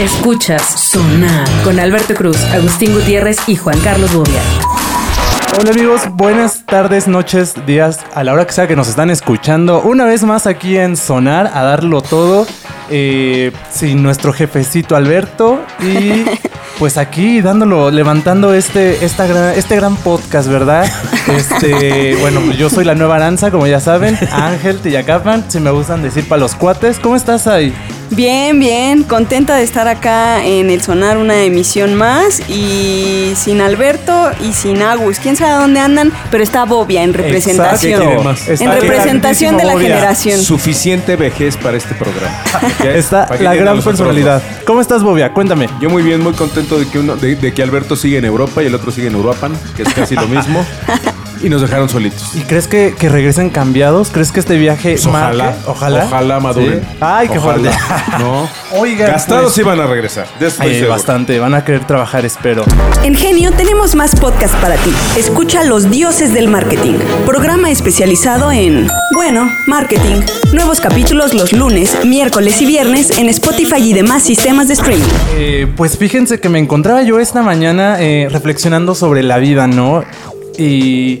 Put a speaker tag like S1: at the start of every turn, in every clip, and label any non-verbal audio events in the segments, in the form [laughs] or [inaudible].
S1: Escuchas Sonar con Alberto Cruz, Agustín Gutiérrez y Juan Carlos Bobia.
S2: Hola amigos, buenas tardes, noches, días, a la hora que sea que nos están escuchando. Una vez más aquí en Sonar a darlo todo. Eh, sin nuestro jefecito Alberto y pues aquí dándolo, levantando este, esta gran, este gran podcast, ¿verdad? Este, bueno, pues yo soy la nueva Aranza, como ya saben, Ángel Tillacapan, si me gustan decir para los cuates, ¿cómo estás ahí?
S3: Bien, bien, contenta de estar acá en el Sonar una emisión más y sin Alberto y sin Agus, quién sabe dónde andan, pero está Bobia en representación.
S2: Exacto. ¿Qué quiere más?
S3: En
S2: Está
S3: representación de la
S2: grandísimo Bobia.
S3: generación.
S4: Suficiente vejez para
S3: [laughs]
S4: este programa. ¿Ya?
S2: Está
S4: Para que
S2: la
S4: entiendan
S2: gran
S4: los otros
S2: personalidad. ¿Cómo estás, Bobia? Cuéntame.
S4: dos. Yo muy bien, muy contento de que uno, de, de que Alberto sigue en Europa y el otro sigue en Uruapan, que es casi lo mismo. Y nos dejaron solitos.
S2: ¿Y crees que, que regresen cambiados? ¿Crees que este viaje
S4: Pues ojalá,
S2: marque? ojalá,
S4: ojalá maduren.
S2: Sí. Ay, qué
S4: Ojalá.
S2: fuerte.
S4: No.
S2: [laughs] Oigan,
S4: gastados
S2: pues-
S4: iban a regresar. De eso estoy
S2: Eh,
S4: seguro.
S2: bastante, van a querer trabajar, espero.
S5: En Genio tenemos más podcast para ti. Escucha Los Dioses del Marketing, programa especializado en, bueno, marketing. Nuevos capítulos los lunes, miércoles y viernes en Spotify y demás sistemas de streaming.
S2: Eh, pues fíjense que me encontraba yo esta mañana eh, reflexionando sobre la vida, ¿no? Y, y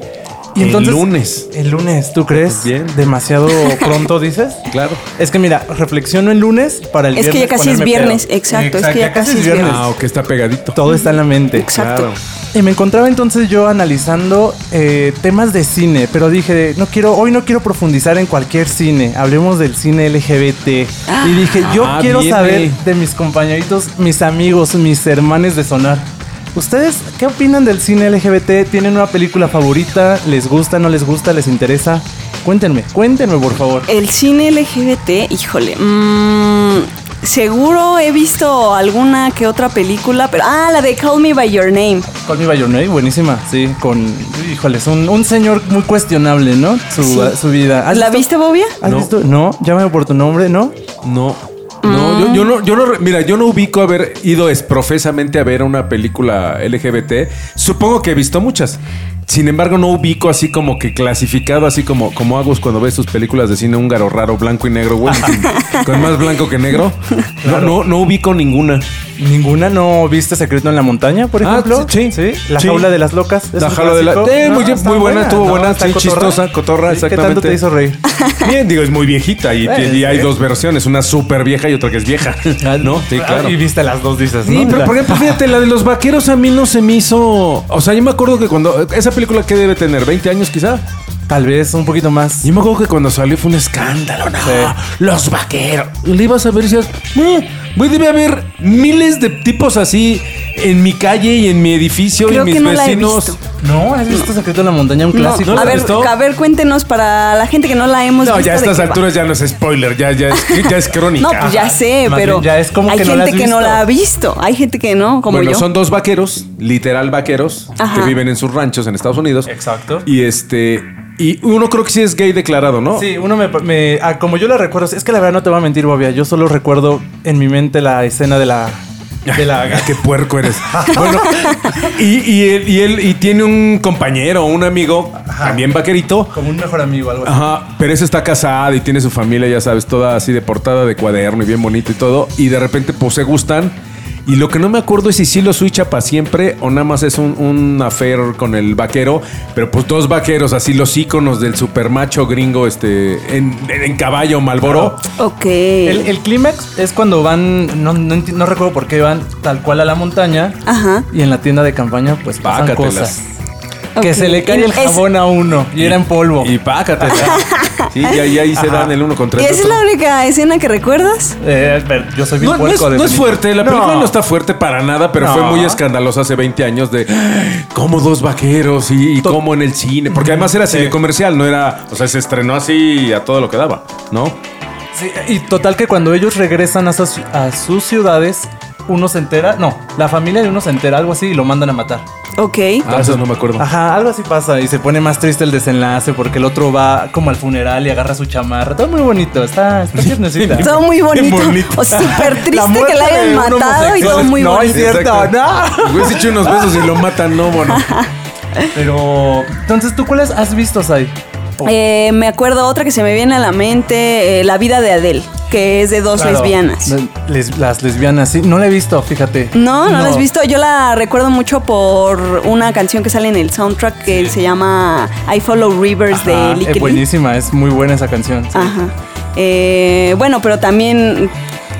S4: El
S2: entonces...
S4: lunes. Pues
S2: El lunes, ¿tú crees?
S4: Bien. [laughs]
S2: Demasiado pronto, dices.
S4: Claro.
S2: Es que mira, reflexiono el lunes para el
S3: Es
S2: viernes.
S3: que ya casi es
S2: ponerme
S3: viernes,
S2: pedo.
S3: exacto, es que ya casi es viernes.
S4: Ah, ok, está pegadito.
S2: Todo está en la mente.
S3: Exacto.
S2: Y me encontraba entonces yo analizando eh, temas de cine, pero dije, no quiero, hoy no quiero profundizar en cualquier cine, hablemos del cine LGBT. Y dije, yo
S4: Ah,
S2: quiero
S4: viene.
S2: saber de mis compañeritos, mis amigos, mis hermanes de sonar. ¿Ustedes qué opinan del cine LGBT? ¿Tienen una película favorita? ¿Les gusta, no les gusta, les interesa? Cuéntenme, cuéntenme por favor.
S3: El cine LGBT, híjole. mm, seguro he visto alguna que otra película, pero. Ah, la de Call Me By Your Name.
S2: Call Me By Your Name, buenísima, sí, con, híjoles, un, un señor muy cuestionable, ¿no? Su,
S3: Sí.
S2: su vida. ¿Has
S3: ¿La
S2: visto?
S3: viste, Bobia?
S2: ¿Has
S4: No.
S2: visto? No, llámame por tu nombre, ¿no?
S4: No. No, yo, yo no, yo no, re- mira, yo no ubico haber ido exprofesamente a ver una película LGBT. Supongo que he visto muchas. Sin embargo, no ubico así como que clasificado, así como, como Agus cuando ves sus películas de cine húngaro raro, blanco y negro, güey, con- con más blanco que negro. No, no, no ubico ninguna.
S2: ¿Ninguna no viste Secreto en la Montaña, por
S4: Ah,
S2: ejemplo?
S4: sí, sí.
S2: La
S4: Sí.
S2: jaula de las locas. es
S4: La
S2: un
S4: jaula de la-
S2: clásico.
S4: Eh, muy bien,
S2: está
S4: muy buena, estuvo buena,
S2: está
S4: sí, chistosa, cotorra,
S2: Sí, ¿Qué tanto
S4: exactamente.
S2: te hizo [laughs] reír?
S4: Bien, digo, es muy viejita y,
S2: Eh,
S4: y hay
S2: sí.
S4: dos versiones, una súper vieja y otra que es vieja.
S2: Ah,
S4: ¿No? Sí, claro.
S2: Y viste las dos, dices,
S4: Sí,
S2: ¿no?
S4: pero
S2: La-
S4: por [laughs] ejemplo, fíjate, la de los vaqueros a mí no se me hizo. O sea, yo me acuerdo que cuando. ¿Esa película que debe tener? ¿20 años quizá?
S2: Tal vez un poquito más.
S4: Yo me acuerdo que cuando salió fue un escándalo, ¿no? Los vaqueros. Le ibas a ver y decías, "Eh, güey, debe haber miles de tipos así en mi calle y en mi edificio y
S3: Creo
S4: en mis
S3: que no la he
S4: vecinos.
S3: visto.
S2: No, ¿has visto Secreto en la Montaña? Un clásico.
S3: No,
S4: ¿no
S3: a,
S4: la
S3: ver,
S4: gustó?
S3: a ver, cuéntenos para la gente que no la hemos
S4: No,
S3: visto.
S4: ya a
S3: de
S4: estas
S3: qué va.
S4: alturas ya no es spoiler, ya, ya, es, ya es crónica.
S3: No, pues ya sé,
S2: Más
S3: pero
S2: bien ya es como
S3: hay
S2: que no la
S3: gente
S2: has
S3: que no
S2: visto.
S3: la ha visto. Hay gente que no, como
S4: bueno,
S3: yo.
S4: son dos vaqueros, literal vaqueros,
S3: Ajá.
S4: que viven en sus ranchos en Estados Unidos.
S2: Exacto.
S4: Y este. Y uno creo que sí es gay declarado, ¿no?
S2: Sí, uno me... me- ah, como yo la recuerdo... Es que la verdad no te va a mentir, Bobia. Yo solo recuerdo en mi mente la escena de la... De la...
S4: Ah, qué puerco eres. Bueno, y, y él, y él- y tiene un compañero, un amigo, también vaquerito.
S2: como un mejor amigo, algo así.
S4: Ajá, pero ese está casado y tiene su familia, ya sabes, toda así de portada de cuaderno y bien bonito y todo. Y de repente, pues se gustan. Y lo que no me acuerdo es si sí lo switcha para siempre o nada más es un, un affair con el vaquero. Pero pues dos vaqueros, así los íconos del supermacho gringo, este, en, en- en caballo, Malboro.
S3: Ok.
S2: El, el clímax es cuando van, no, no enti- no recuerdo por qué van tal cual a la montaña
S3: Ajá.
S2: y en la tienda de campaña pues pasan
S4: Pácatelas.
S2: cosas.
S3: Ok.
S2: Que se le cae el
S3: Es-
S2: jabón a uno y, era en polvo.
S4: Y pácate. sí, y ahí, ahí se dan el uno contra el
S3: ¿Esa
S4: otro.
S3: es la única escena que recuerdas?
S2: Eh, pero yo soy bien
S4: No, no es,
S2: puerco,
S4: no es
S2: definitivamente.
S4: fuerte, la película no.
S2: No.
S4: está fuerte para nada, pero
S2: No.
S4: fue muy escandalosa hace 20 años de cómo dos vaqueros y, y cómo en el cine, porque además era cine comercial, no era, o sea, se estrenó así a todo lo que daba, ¿no?
S2: Sí, y total que cuando ellos regresan a sus, a sus ciudades, uno se entera, no, la familia de uno se entera algo así y lo mandan a matar.
S3: Ok.
S4: Ah, eso no me acuerdo.
S2: Ajá, algo así pasa y se pone más triste el desenlace porque el otro va como al funeral y agarra su chamarra. Todo muy bonito, está, [laughs] está tiernecita.
S3: Todo muy bonito.
S4: bonito.
S2: [laughs]
S3: O súper triste que
S2: muerte
S3: la
S2: de
S3: hayan
S2: un
S3: matado y todo
S2: homosexual.
S3: muy
S2: No,
S3: bonito.
S2: es cierto,
S4: Exacto.
S2: no.
S4: Hubiese hecho unos besos y lo matan, no, bueno.
S2: Pero entonces tú cuáles has visto, Sai?
S3: Eh, me acuerdo otra que se me viene a la mente, eh, La vida de Adele. que es de dos
S2: Claro.
S3: lesbianas.
S2: Les- las lesbianas, sí. No la he visto, fíjate.
S3: No, no, la has visto. Yo la recuerdo mucho por una canción que sale en el soundtrack que se llama I Follow Rivers
S2: Ajá,
S3: de Ah.
S2: es
S3: Licky Lee.
S2: buenísima, es muy buena esa canción. sí.
S3: Ajá. Eh, bueno, pero también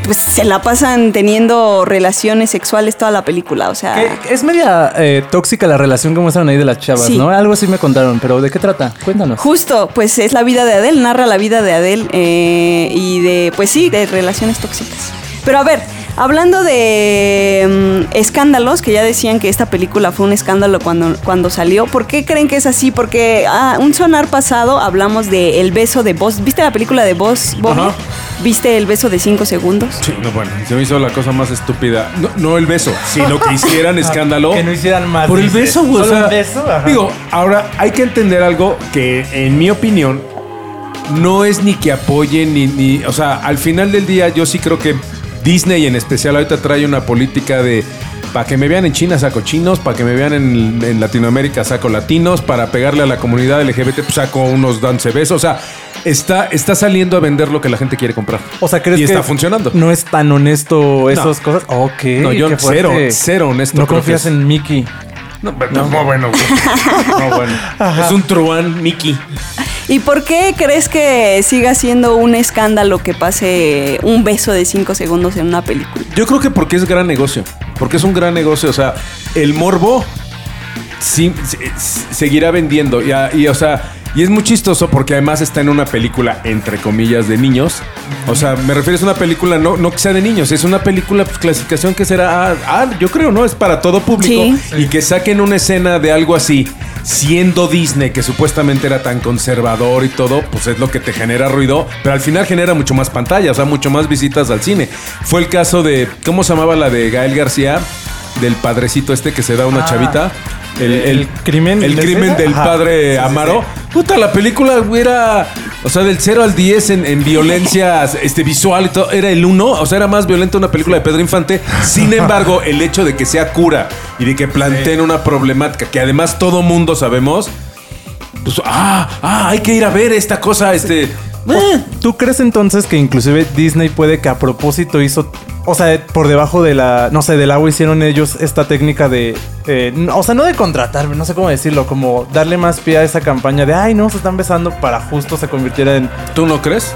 S3: pues, se la pasan teniendo relaciones sexuales toda la película. O sea,
S2: Que- es media eh, tóxica la relación que muestran ahí de las chavas,
S3: Sí.
S2: ¿no? Algo así me contaron, pero ¿de qué trata? Cuéntanos.
S3: justo, pues es la vida de Adele, narra la vida de Adele eh, y de, pues sí, de relaciones tóxicas. Pero a ver, hablando de mm, escándalos, que ya decían que esta película fue un escándalo cuando, cuando salió, ¿por qué creen que es así? Porque ah, un sonar pasado hablamos de El beso de Boss. ¿Viste la película de Boss, Bobby?
S4: Ajá.
S3: ¿Viste El beso de 5 segundos?
S4: Sí, no, bueno, se me hizo la cosa más estúpida. No, no el beso, sino
S2: [laughs]
S4: que hicieran escándalo.
S2: Que no hicieran más.
S4: Por el
S2: dice.
S4: beso, güey. o
S2: Solo
S4: sea,
S2: un beso, ajá.
S4: Digo, ahora hay que entender algo que, en mi opinión, no es ni que apoyen ni, ni. O sea, al final del día, yo sí creo que Disney en especial ahorita trae una política de. Para que me vean en China saco chinos, para que me vean en, en Latinoamérica saco latinos, para pegarle a la comunidad LGBT pues, saco unos dance besos. O sea, está, está saliendo a vender lo que la gente quiere comprar.
S2: O sea, ¿crees
S4: y
S2: que
S4: está funcionando.
S2: No es tan honesto esas cosas. Ok.
S4: No, yo
S2: qué fuerte.
S4: cero, cero honesto
S2: No
S4: creo que
S2: confías
S4: es.
S2: en Mickey.
S4: No, pues, no, bueno. [laughs] güey. No, bueno. Es un truán Mickey.
S3: ¿Y por qué crees que siga siendo un escándalo que pase un beso de 5 segundos en una película?
S4: Yo creo que porque es gran negocio. Porque es un gran negocio. O sea, el morbo sí, sí, sí, seguirá vendiendo. Y, a- y, o sea, y es muy chistoso porque además está en una película, entre comillas, de niños. O sea, me refiero a una película, no, no que sea de niños, es una película pues, clasificación que será, ah, ah, yo creo, ¿no? Es para todo público.
S3: Sí.
S4: Y que saquen una escena de algo así, siendo Disney, que supuestamente era tan conservador y todo, pues es lo que te genera ruido, pero al final genera mucho más pantalla, o sea, mucho más visitas al cine. Fue el caso de, ¿cómo se llamaba la de Gael García? Del padrecito este que se da a una
S2: Ah.
S4: chavita. El,
S2: El crimen
S4: el
S2: de
S4: crimen
S2: César.
S4: del
S2: Ajá. Sí,
S4: padre
S2: sí,
S4: Amaro. Puta, la película era. O sea, del 0 al 10 en, en violencia este, visual y todo. Era el 1. O sea, era más violenta una película de Pedro Infante.
S2: [laughs]
S4: Sin embargo, el hecho de que sea cura y de que planteen una problemática que además todo mundo sabemos. Pues, ah, ah, hay que ir a ver esta cosa. Este. eh,
S2: Pues, ¿Tú crees entonces que inclusive Disney puede que a propósito hizo, o sea, por debajo de la, no sé, del agua hicieron ellos esta técnica de, eh, n- o sea, no de contratarme, no sé cómo decirlo, como darle más pie a esa campaña de, ay, no, se están besando para justo se convirtiera en,
S4: ¿Tú no
S2: [laughs]
S4: crees?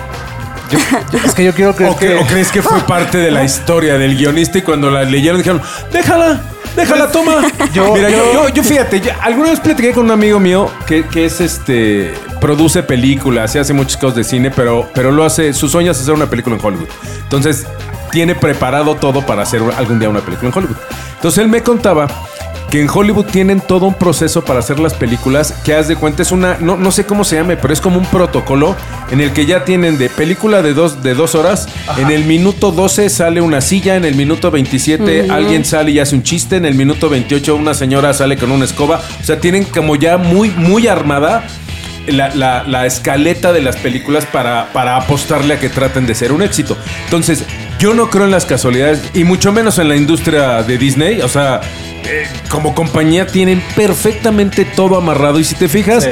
S2: es que yo quiero creer
S4: ¿O, cre-
S2: que...
S4: o crees [laughs] que fue parte de la historia del guionista y cuando la leyeron dijeron, déjala, déjala, toma?
S2: Yo-
S4: Mira, Pues, [laughs]
S2: yo-
S4: yo, yo, yo, fíjate, yo- alguna vez platiqué con un amigo mío que, que es este, produce películas y hace muchas cosas de cine, pero, pero lo hace, su sueño es hacer una película en Hollywood. Entonces, tiene preparado todo para hacer algún día una película en Hollywood. Entonces, él me contaba que en Hollywood tienen todo un proceso para hacer las películas que haz de cuenta es una, no, no sé cómo se llame, pero es como un protocolo en el que ya tienen de película de dos, de dos horas, en el minuto 12 sale una silla, en el minuto 27 alguien sale y hace un chiste, en el minuto 28 una señora sale con una escoba, o sea, tienen como ya muy, muy armada. La, la- la escaleta de las películas para, para apostarle a que traten de ser un éxito. Entonces, yo no creo en las casualidades y mucho menos en la industria de Disney. O sea, eh, como compañía tienen perfectamente todo amarrado. Y si te fijas,
S2: Sí.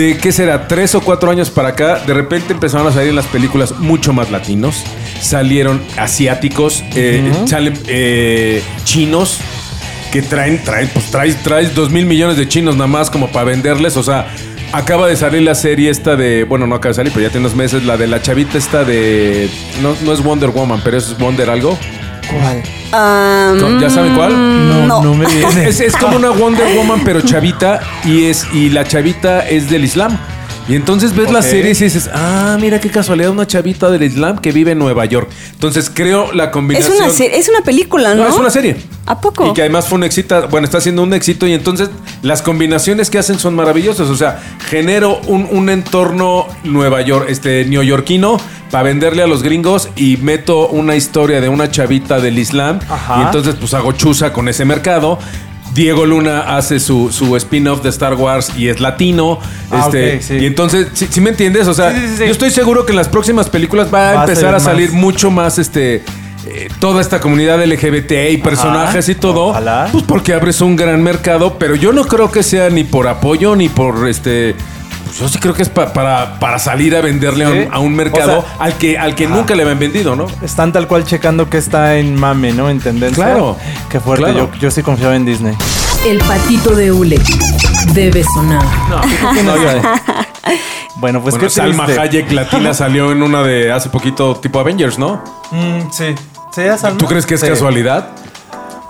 S4: de qué será, tres o cuatro años para acá, de repente empezaron a salir en las películas mucho más latinos. Salieron asiáticos, eh, salen eh, chinos. Que traen, traen, pues traes, traes dos mil millones de chinos nada más como para venderles. O sea, acaba de salir la serie esta de. Bueno, no acaba de salir, pero ya tiene unos meses. La de la chavita esta de. No, no es Wonder Woman, pero es Wonder algo.
S2: ¿Cuál?
S3: Ah,
S4: ¿Ya saben cuál?
S2: No, no,
S3: No.
S4: [laughs]
S2: me [laughs] viene.
S4: Es, es como una Wonder Woman, pero chavita, y es, y la chavita es del Islam. Y entonces ves la
S2: Ok.
S4: serie y dices, ah, mira qué casualidad, una chavita del Islam que vive en Nueva York. Entonces creo la
S3: es,
S4: combinación.
S3: una se- es una película, ¿no?
S4: No, es una serie.
S3: ¿A poco?
S4: Y que además fue un éxito, bueno, está siendo un éxito y entonces las combinaciones que hacen son maravillosas. O sea, genero un, un entorno Nueva York, este neoyorquino para venderle a los gringos y meto una historia de una chavita del Islam
S2: Ajá.
S4: y entonces pues hago chuza con ese mercado. Diego Luna hace su, su spin-off de Star Wars y es latino.
S2: Ah,
S4: este,
S2: ok, sí.
S4: Y entonces, si me entiendes? O sea,
S2: Sí, sí, sí, sí.
S4: yo estoy seguro que en las próximas películas va a
S2: Va a
S4: empezar
S2: ser
S4: a
S2: más.
S4: salir mucho más este eh, toda esta comunidad LGBT y personajes y todo,
S2: ojalá.
S4: pues porque abres un gran mercado, pero yo no creo que sea ni por apoyo ni por este pues yo sí creo que es pa- para, para salir a venderle a un-
S2: Sí.
S4: a un mercado
S2: O sea,
S4: al que, al que nunca le habían vendido, ¿no?
S2: Están tal cual checando que está en mame, ¿no? En tendencia.
S4: Claro.
S2: Qué fuerte.
S4: Claro.
S2: Yo, yo sí confiaba en Disney.
S1: El patito de hule debe sonar.
S2: No, bueno, pues
S4: bueno,
S2: qué
S4: Salma
S2: triste.
S4: Hayek Latina salió en una de hace poquito tipo Avengers, ¿no?
S2: Mm, sí. ¿Sí, a Salma?
S4: ¿Tú crees que es
S2: Sí.
S4: casualidad?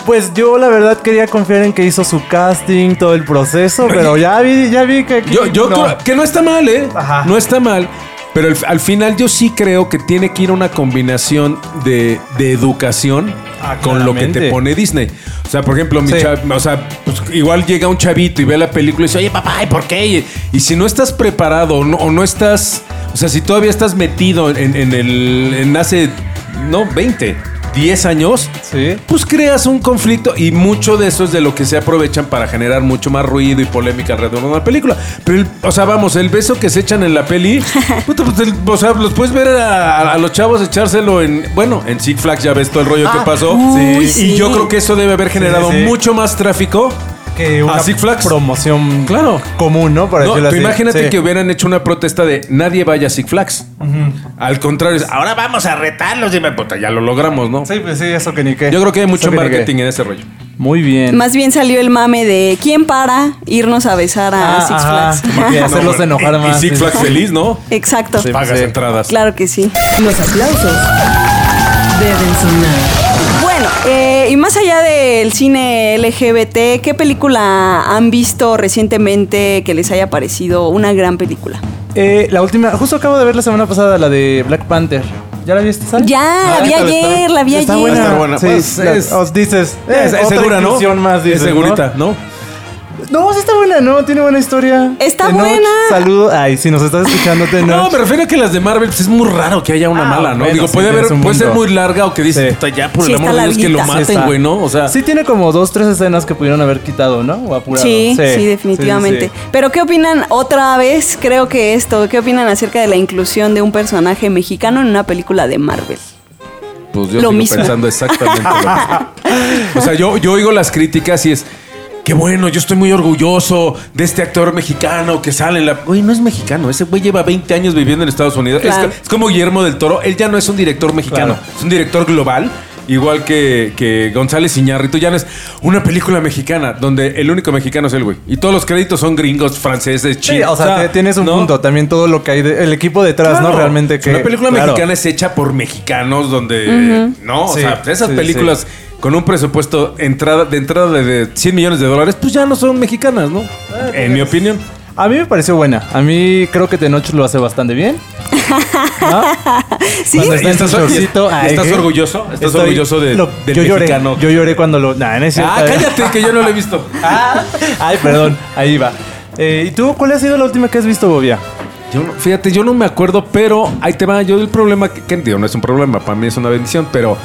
S2: Pues yo la verdad quería confiar en que hizo su casting, todo el proceso, pero ya vi, ya vi que... que-
S4: Yo, yo
S2: no.
S4: creo que no está mal, ¿eh?
S2: Ajá.
S4: No está mal. Pero al- al final yo sí creo que tiene que ir una combinación de, de educación
S2: Ah,
S4: con lo que te
S2: claramente.
S4: pone Disney. O sea, por ejemplo, mi
S2: Sí.
S4: cha- o sea, pues, igual llega un chavito y ve la película y dice, oye, papá, ¿y por qué? Y, y si no estás preparado o no, o no estás, o sea, si todavía estás metido en, en el, en hace, no, 20, 10 años,
S2: Sí.
S4: pues creas un conflicto y mucho de eso es de lo que se aprovechan para generar mucho más ruido y polémica alrededor de una película. Pero, el- o sea, vamos, el beso que se echan en la
S3: [laughs]
S4: peli, puta, pues, el- o sea, los puedes ver a, a los chavos echárselo en, bueno, en Six Flags ya ves todo el rollo que pasó.
S3: Ah, uy,
S4: Y-
S3: sí.
S4: Y yo creo que eso debe haber generado
S2: sí.
S4: mucho más tráfico.
S2: Que una
S4: a Six Flags.
S2: promoción
S4: Claro.
S2: común, ¿no? Por
S4: No,
S2: decirlo
S4: tú
S2: así.
S4: imagínate
S2: Sí.
S4: que hubieran hecho una protesta de nadie vaya a Six Flags. Al contrario, es, ahora vamos a retarlos. Dime, puta, ya lo logramos, ¿no?
S2: Sí, pues sí, eso que ni qué.
S4: Yo creo que hay
S2: Eso
S4: mucho
S2: ni qué.
S4: marketing en ese rollo.
S2: Muy bien.
S3: Más bien salió el mame de ¿quién para irnos a besar a
S2: Ah,
S3: Six
S2: ajá.
S3: Flags?
S2: Como
S3: [laughs]
S2: que hacerlos
S4: No,
S2: enojar
S4: y-
S2: más.
S4: Y Six Flags feliz, ¿no?
S3: Exacto.
S2: Sí.
S4: Pagas entradas.
S3: Claro que sí.
S1: Los aplausos deben sonar.
S3: Bueno, eh, y más allá del cine LGBT, ¿qué película han visto recientemente que les haya parecido una gran película?
S2: Eh, la última, justo acabo de ver la semana pasada la de Black Panther. ¿Ya la viste, Sal?
S3: Ya, la vi
S2: está- está-
S3: ayer, la vi
S2: está
S3: ayer.
S2: Buena.
S4: Está buena.
S2: Sí,
S4: Pues,
S2: la-
S4: es-
S2: os dices, eh,
S4: Es, es
S2: otra
S4: segura, ¿no?
S2: inclusión más, dices,
S4: es segurita, ¿no?
S2: ¿no? No, sí está buena, ¿no? Tiene buena historia.
S3: Está
S2: Tenoch,
S3: buena.
S2: Saludo. Ay, si nos estás escuchando,
S4: [laughs] ¿no?
S2: Tenoch.
S4: me refiero a que las de Marvel pues, es muy raro que haya una
S2: Ah,
S4: mala, ¿no?
S2: bueno,
S4: Digo,
S2: sí,
S4: puede, haber,
S2: es un
S4: puede ser
S2: mundo.
S4: muy larga o que dices,
S2: Sí.
S4: "Puta, ya por
S3: Sí,
S4: el
S3: está
S4: amor de Dios que lo
S3: larguita.
S2: Sí
S4: maten,
S2: está.
S4: güey, ¿no? O sea,
S2: Sí tiene como dos, tres escenas que pudieron haber quitado, ¿no? O apurado.
S3: Sí, sí,
S2: sí,
S3: definitivamente.
S2: sí.
S3: Pero ¿qué opinan otra vez? Creo que esto, ¿qué opinan acerca de la inclusión de un personaje mexicano en una película de Marvel?
S4: pues yo
S3: Lo
S4: sigo
S3: mismo.
S4: pensando exactamente lo
S3: [laughs]
S4: mismo. O sea, yo, yo oigo las críticas y es. Qué bueno, yo estoy muy orgulloso de este actor mexicano que sale en la. Güey, no es mexicano, ese güey lleva 20 años viviendo en Estados Unidos. Es
S3: Claro.
S4: que- Es, como Guillermo del Toro, él ya no es un director mexicano,
S2: Claro.
S4: es un director global, igual que, que González Iñárritu. Ya no es una película mexicana donde el único mexicano es el güey. Y todos los créditos son gringos, franceses,
S2: Sí,
S4: chinos.
S2: o sea, te- tienes un
S4: ¿no?
S2: punto. También todo lo que hay, de- el equipo detrás,
S4: Claro.
S2: ¿no? Realmente que.
S4: Una película
S2: claro.
S4: mexicana es hecha por mexicanos donde. No, o
S2: Sí,
S4: sea, esas
S2: sí,
S4: películas con un presupuesto entrada, de entrada de, de 100 millones de dólares, pues ya no son mexicanas, ¿no?
S2: Ah,
S4: en mi opinión.
S2: A mí me pareció buena. A mí creo que Tenoch lo hace bastante bien. ¿No?
S3: [laughs] Sí,
S2: Cuando está en su
S4: ¿Estás-
S2: shortcito,
S4: y-
S2: ay,
S4: estás
S2: ¿qué?
S4: orgulloso? ¿Estás
S2: Estoy-
S4: orgulloso de-
S2: lo-
S4: del
S2: yo lloré,
S4: mexicano?
S2: Yo lloré cuando lo. Nah, no es cierto.
S4: Ah, cállate, que yo no lo he visto.
S2: [laughs] Ay, perdón. Ahí va. Eh, ¿Y tú cuál ha sido la última que has visto, Bobia?
S4: Yo no- fíjate, yo no me acuerdo, pero ahí te va. Yo el problema, que, que digo, no es un problema, para mí es una bendición, pero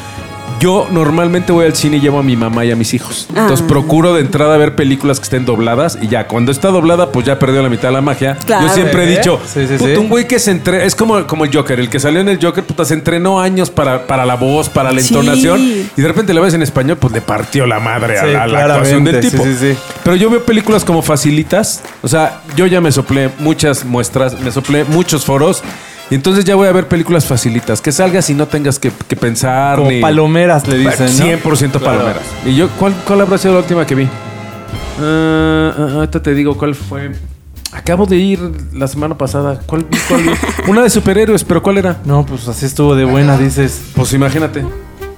S4: yo normalmente voy al cine y llevo a mi mamá y a mis hijos.
S3: Ah.
S4: Entonces procuro de entrada ver películas que estén dobladas y ya, cuando está doblada, pues ya perdió la mitad de la magia.
S3: Claro.
S4: Yo siempre he
S2: ¿Eh?
S4: dicho,
S2: Sí, sí,
S4: "Puta,
S2: sí.
S4: un güey que se entre, es como, como el Joker, el que salió en el Joker, puta, se entrenó años para, para la voz, para la
S3: Sí.
S4: entonación y de repente la ves en español, pues le partió la madre a
S2: Sí,
S4: la- a la, actuación
S2: claramente,
S4: del tipo.
S2: sí, sí, sí.
S4: Pero yo veo películas como facilitas. O sea, yo ya me soplé muchas muestras, me soplé muchos foros. Y entonces ya voy a ver películas facilitas. Que salgas y no tengas que, que pensar.
S2: Como
S4: ni-
S2: palomeras le dicen, ¿no?
S4: 100%
S2: Claro.
S4: palomeras. ¿Y yo cuál, cuál habrá sido la última que vi? Ah, ah, ahorita te digo cuál fue. Acabo de ir la semana pasada. ¿Cuál, cuál vi? [laughs] Una de superhéroes, pero ¿cuál era?
S2: No, pues así estuvo de buena, dices.
S4: Pues imagínate.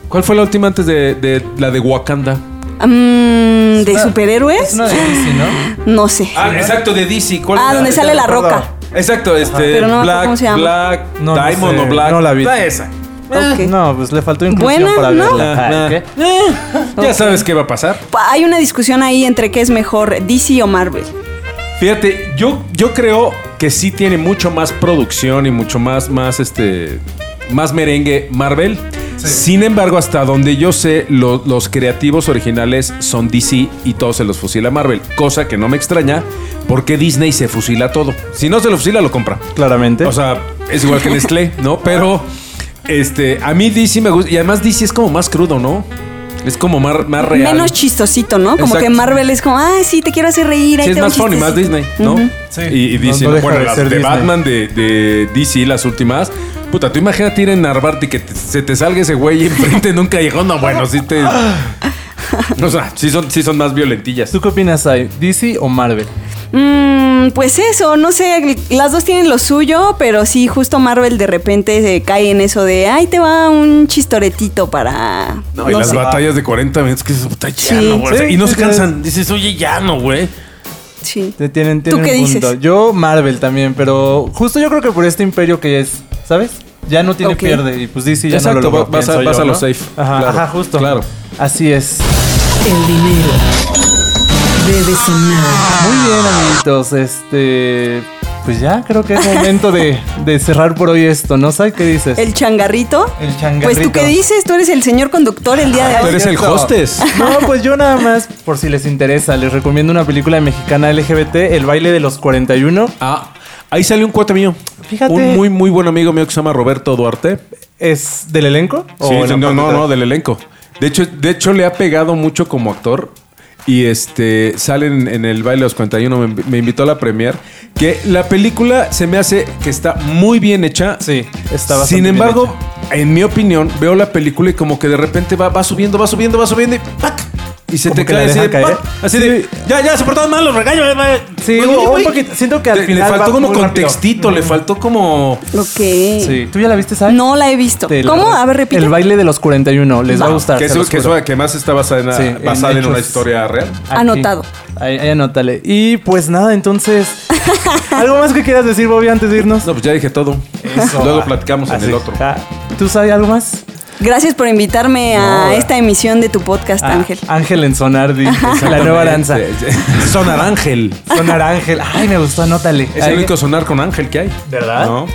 S4: ¿Cuál fue la última antes de, de la de Wakanda?
S3: Mm, ¿De superhéroes?
S2: Es una
S3: [laughs]
S2: de Disney, ¿no?
S3: No sé.
S4: Ah, exacto, de DC. ¿Cuál
S3: Ah,
S4: era?
S3: donde sale la
S2: recuerdo.
S3: roca.
S4: Exacto, este
S3: Pero no me acuerdo
S4: Black,
S3: cómo se llama.
S4: Black
S2: No, no
S4: Diamond
S2: sé,
S4: o Black.
S2: no la vi.
S4: Está esa.
S3: Ok.
S2: No, pues le faltó inclusión
S3: Ah. Buena,
S2: para
S3: ¿no?
S2: verla.
S4: Ah,
S2: Ay, ¿qué?
S4: ah. Eh, Ya sabes qué va a pasar.
S3: Pa- Hay una discusión ahí entre qué es mejor, DC o Marvel.
S4: Fíjate, yo, yo creo que sí tiene mucho más producción y mucho más, más, este, más merengue Marvel. Sin embargo, hasta donde yo sé, lo- los creativos originales son DC y todos se los fusila Marvel. Cosa que no me extraña, porque Disney se fusila todo. Si no se lo fusila, lo compra.
S2: Claramente.
S4: O sea, es igual que Nestlé, ¿no? Pero este, a mí DC me gusta. Y además DC es como más crudo, ¿no? Es como más, más real.
S3: Menos chistosito, ¿no? Como
S4: Exacto.
S3: que Marvel es como, ah, sí, te quiero hacer reír. ahí
S4: Sí,
S3: te
S4: es
S3: va un
S4: más funny, más
S3: chistecito".
S4: Disney, ¿no?
S3: Ujú.
S2: Sí.
S4: Y, y
S2: No-
S4: DC,
S2: no
S4: no,
S2: deja
S4: bueno,
S2: de
S4: las de
S2: ser Disney.
S4: Batman, de, de DC, las últimas. Puta, tú imagínate ir en Narvarte y que te- se te salga ese güey enfrente en un callejón. No, bueno, sí
S3: [laughs]
S4: te... O sea, sí son, sí son más violentillas.
S2: ¿Tú qué opinas, Sai? ¿DC o Marvel?
S3: Mm, pues eso, no sé, las dos tienen lo suyo, pero sí, justo Marvel de repente se cae en eso de, ay, te va un chistoretito para...
S4: No, y
S3: no
S4: las
S3: sé".
S4: batallas de 40 minutos que dices, puta, ya
S3: Sí.
S4: no, güey. O sea,
S2: Sí,
S4: y no
S2: sí,
S4: se
S2: sí.
S4: cansan. Dices, oye, ya no, güey.
S3: Sí.
S2: Te tienen,
S3: ¿Tú
S2: tienen
S3: qué
S2: un
S3: dices?
S2: punto. Yo Marvel también, pero justo yo creo que por este imperio que es, ¿sabes? Ya no tiene
S3: Ok.
S2: pierde y pues DC ya no
S4: Exacto,
S2: lo logró,
S4: va- vas a-
S2: pienso
S4: vas
S2: yo,
S4: a lo
S2: ¿no?
S4: safe.
S2: Ajá,
S4: Claro,
S2: ajá, justo.
S4: claro.
S2: Así es.
S1: El dinero debe sonar.
S2: Muy bien, amiguitos. Este, pues ya creo que es momento de, de cerrar por hoy esto, ¿no? ¿Sabes qué dices?
S3: El changarrito.
S2: El changarrito.
S3: Pues tú qué dices, tú eres el señor conductor el día de
S4: Ah, Tú
S3: hoy.
S4: eres el
S2: cierto.
S4: hostes.
S2: No, pues yo nada más, por si les interesa, les recomiendo una película mexicana LGBT, El baile de los 41.
S4: Ah, ahí salió un cuate mío.
S2: Fíjate.
S4: Un muy, muy buen amigo mío que se llama Roberto Duarte.
S2: ¿Es del elenco? ¿O
S4: Sí,
S2: una
S4: no, no,
S2: parte
S4: no, del elenco. De hecho, de hecho, le ha pegado mucho como actor. Y este sale en, en el baile de los 41, me, me invitó a la premier. Que la película se me hace que está muy bien hecha.
S2: Sí, está bastante
S4: Sin
S2: bien
S4: embargo, en mi opinión, veo la película y como que de repente va, va subiendo, va subiendo, va subiendo y ¡pac! Y se
S2: Como
S4: te
S2: que la
S4: cae así de,
S2: dejan caer.
S4: ¡pac! Así de, ya, ya, se portaron mal los regaños. eh,
S2: Sí,
S4: güey,
S2: un-
S4: güey,
S2: un
S4: güey.
S2: poquito. Siento que al
S4: Le-
S2: final
S4: Le faltó
S2: va
S4: como
S2: muy rápido.
S4: contextito, le faltó como.
S3: Ok.
S2: Sí. ¿Tú ya la viste, Sai?
S3: No la he visto.
S2: Te la
S3: ¿Cómo?
S2: re-
S3: A ver, repite.
S2: El baile de los 41. Les va a gustar.
S4: Que
S2: se
S4: eso,
S2: los
S4: que
S2: juro.
S4: eso que más está basada en,
S2: Sí, en
S4: basada en, una
S2: hechos.
S4: historia real.
S2: Aquí.
S3: Anotado.
S2: Ahí, ahí anótale. Y pues nada,
S3: [laughs]
S2: entonces. ¿Algo más que quieras decir, Bobby, antes de irnos?
S4: No, pues ya dije todo. Luego platicamos en
S2: Así.
S4: el otro.
S2: Ah, ¿Tú sabes algo más?
S3: Gracias por invitarme a
S2: No,
S3: esta emisión de tu podcast,
S2: Ah,
S3: Ángel.
S2: Ángel en Sonardi. [laughs] la nueva danza.
S4: [laughs] Sonar Ángel.
S2: Sonar Ángel. Ay, me gustó, anótale.
S4: Es
S2: Ahí-
S4: el único sonar con Ángel que hay.
S2: ¿Verdad?
S4: No.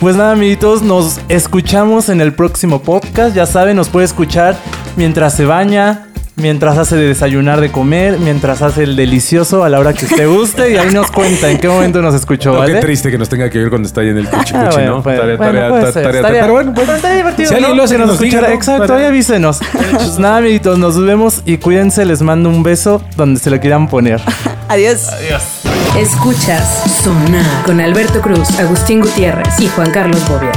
S2: Pues nada, amiguitos, nos escuchamos en el próximo podcast. Ya saben, nos puede escuchar mientras se baña, mientras hace de desayunar, de comer, mientras hace el delicioso a la hora que usted guste. Y ahí nos cuenta en qué momento nos escuchó,
S4: No, Qué
S2: ¿vale?
S4: triste que nos tenga que ver cuando está ahí
S2: [laughs]
S4: en el cuchi
S2: Ah,
S4: cuchi,
S2: bueno,
S4: ¿no?
S2: pues,
S4: Tarea,
S2: bueno,
S4: tarea,
S2: puede
S4: ta-
S2: ser,
S4: tarea,
S2: estaría-
S4: tarea. Pero bueno, bueno.
S2: está divertido.
S4: Si alguien
S2: ¿no?
S4: lo hace,
S2: Que
S4: nos escucha,
S2: escuchara.
S4: ¿no?
S2: Exacto,
S4: Bueno.
S2: ahí avísenos. Pues nada, amiguitos, nos vemos y cuídense. Les mando un beso donde se lo quieran poner.
S3: Adiós.
S1: Escuchas Sonar con Alberto Cruz, Agustín Gutiérrez y Juan Carlos Bobia.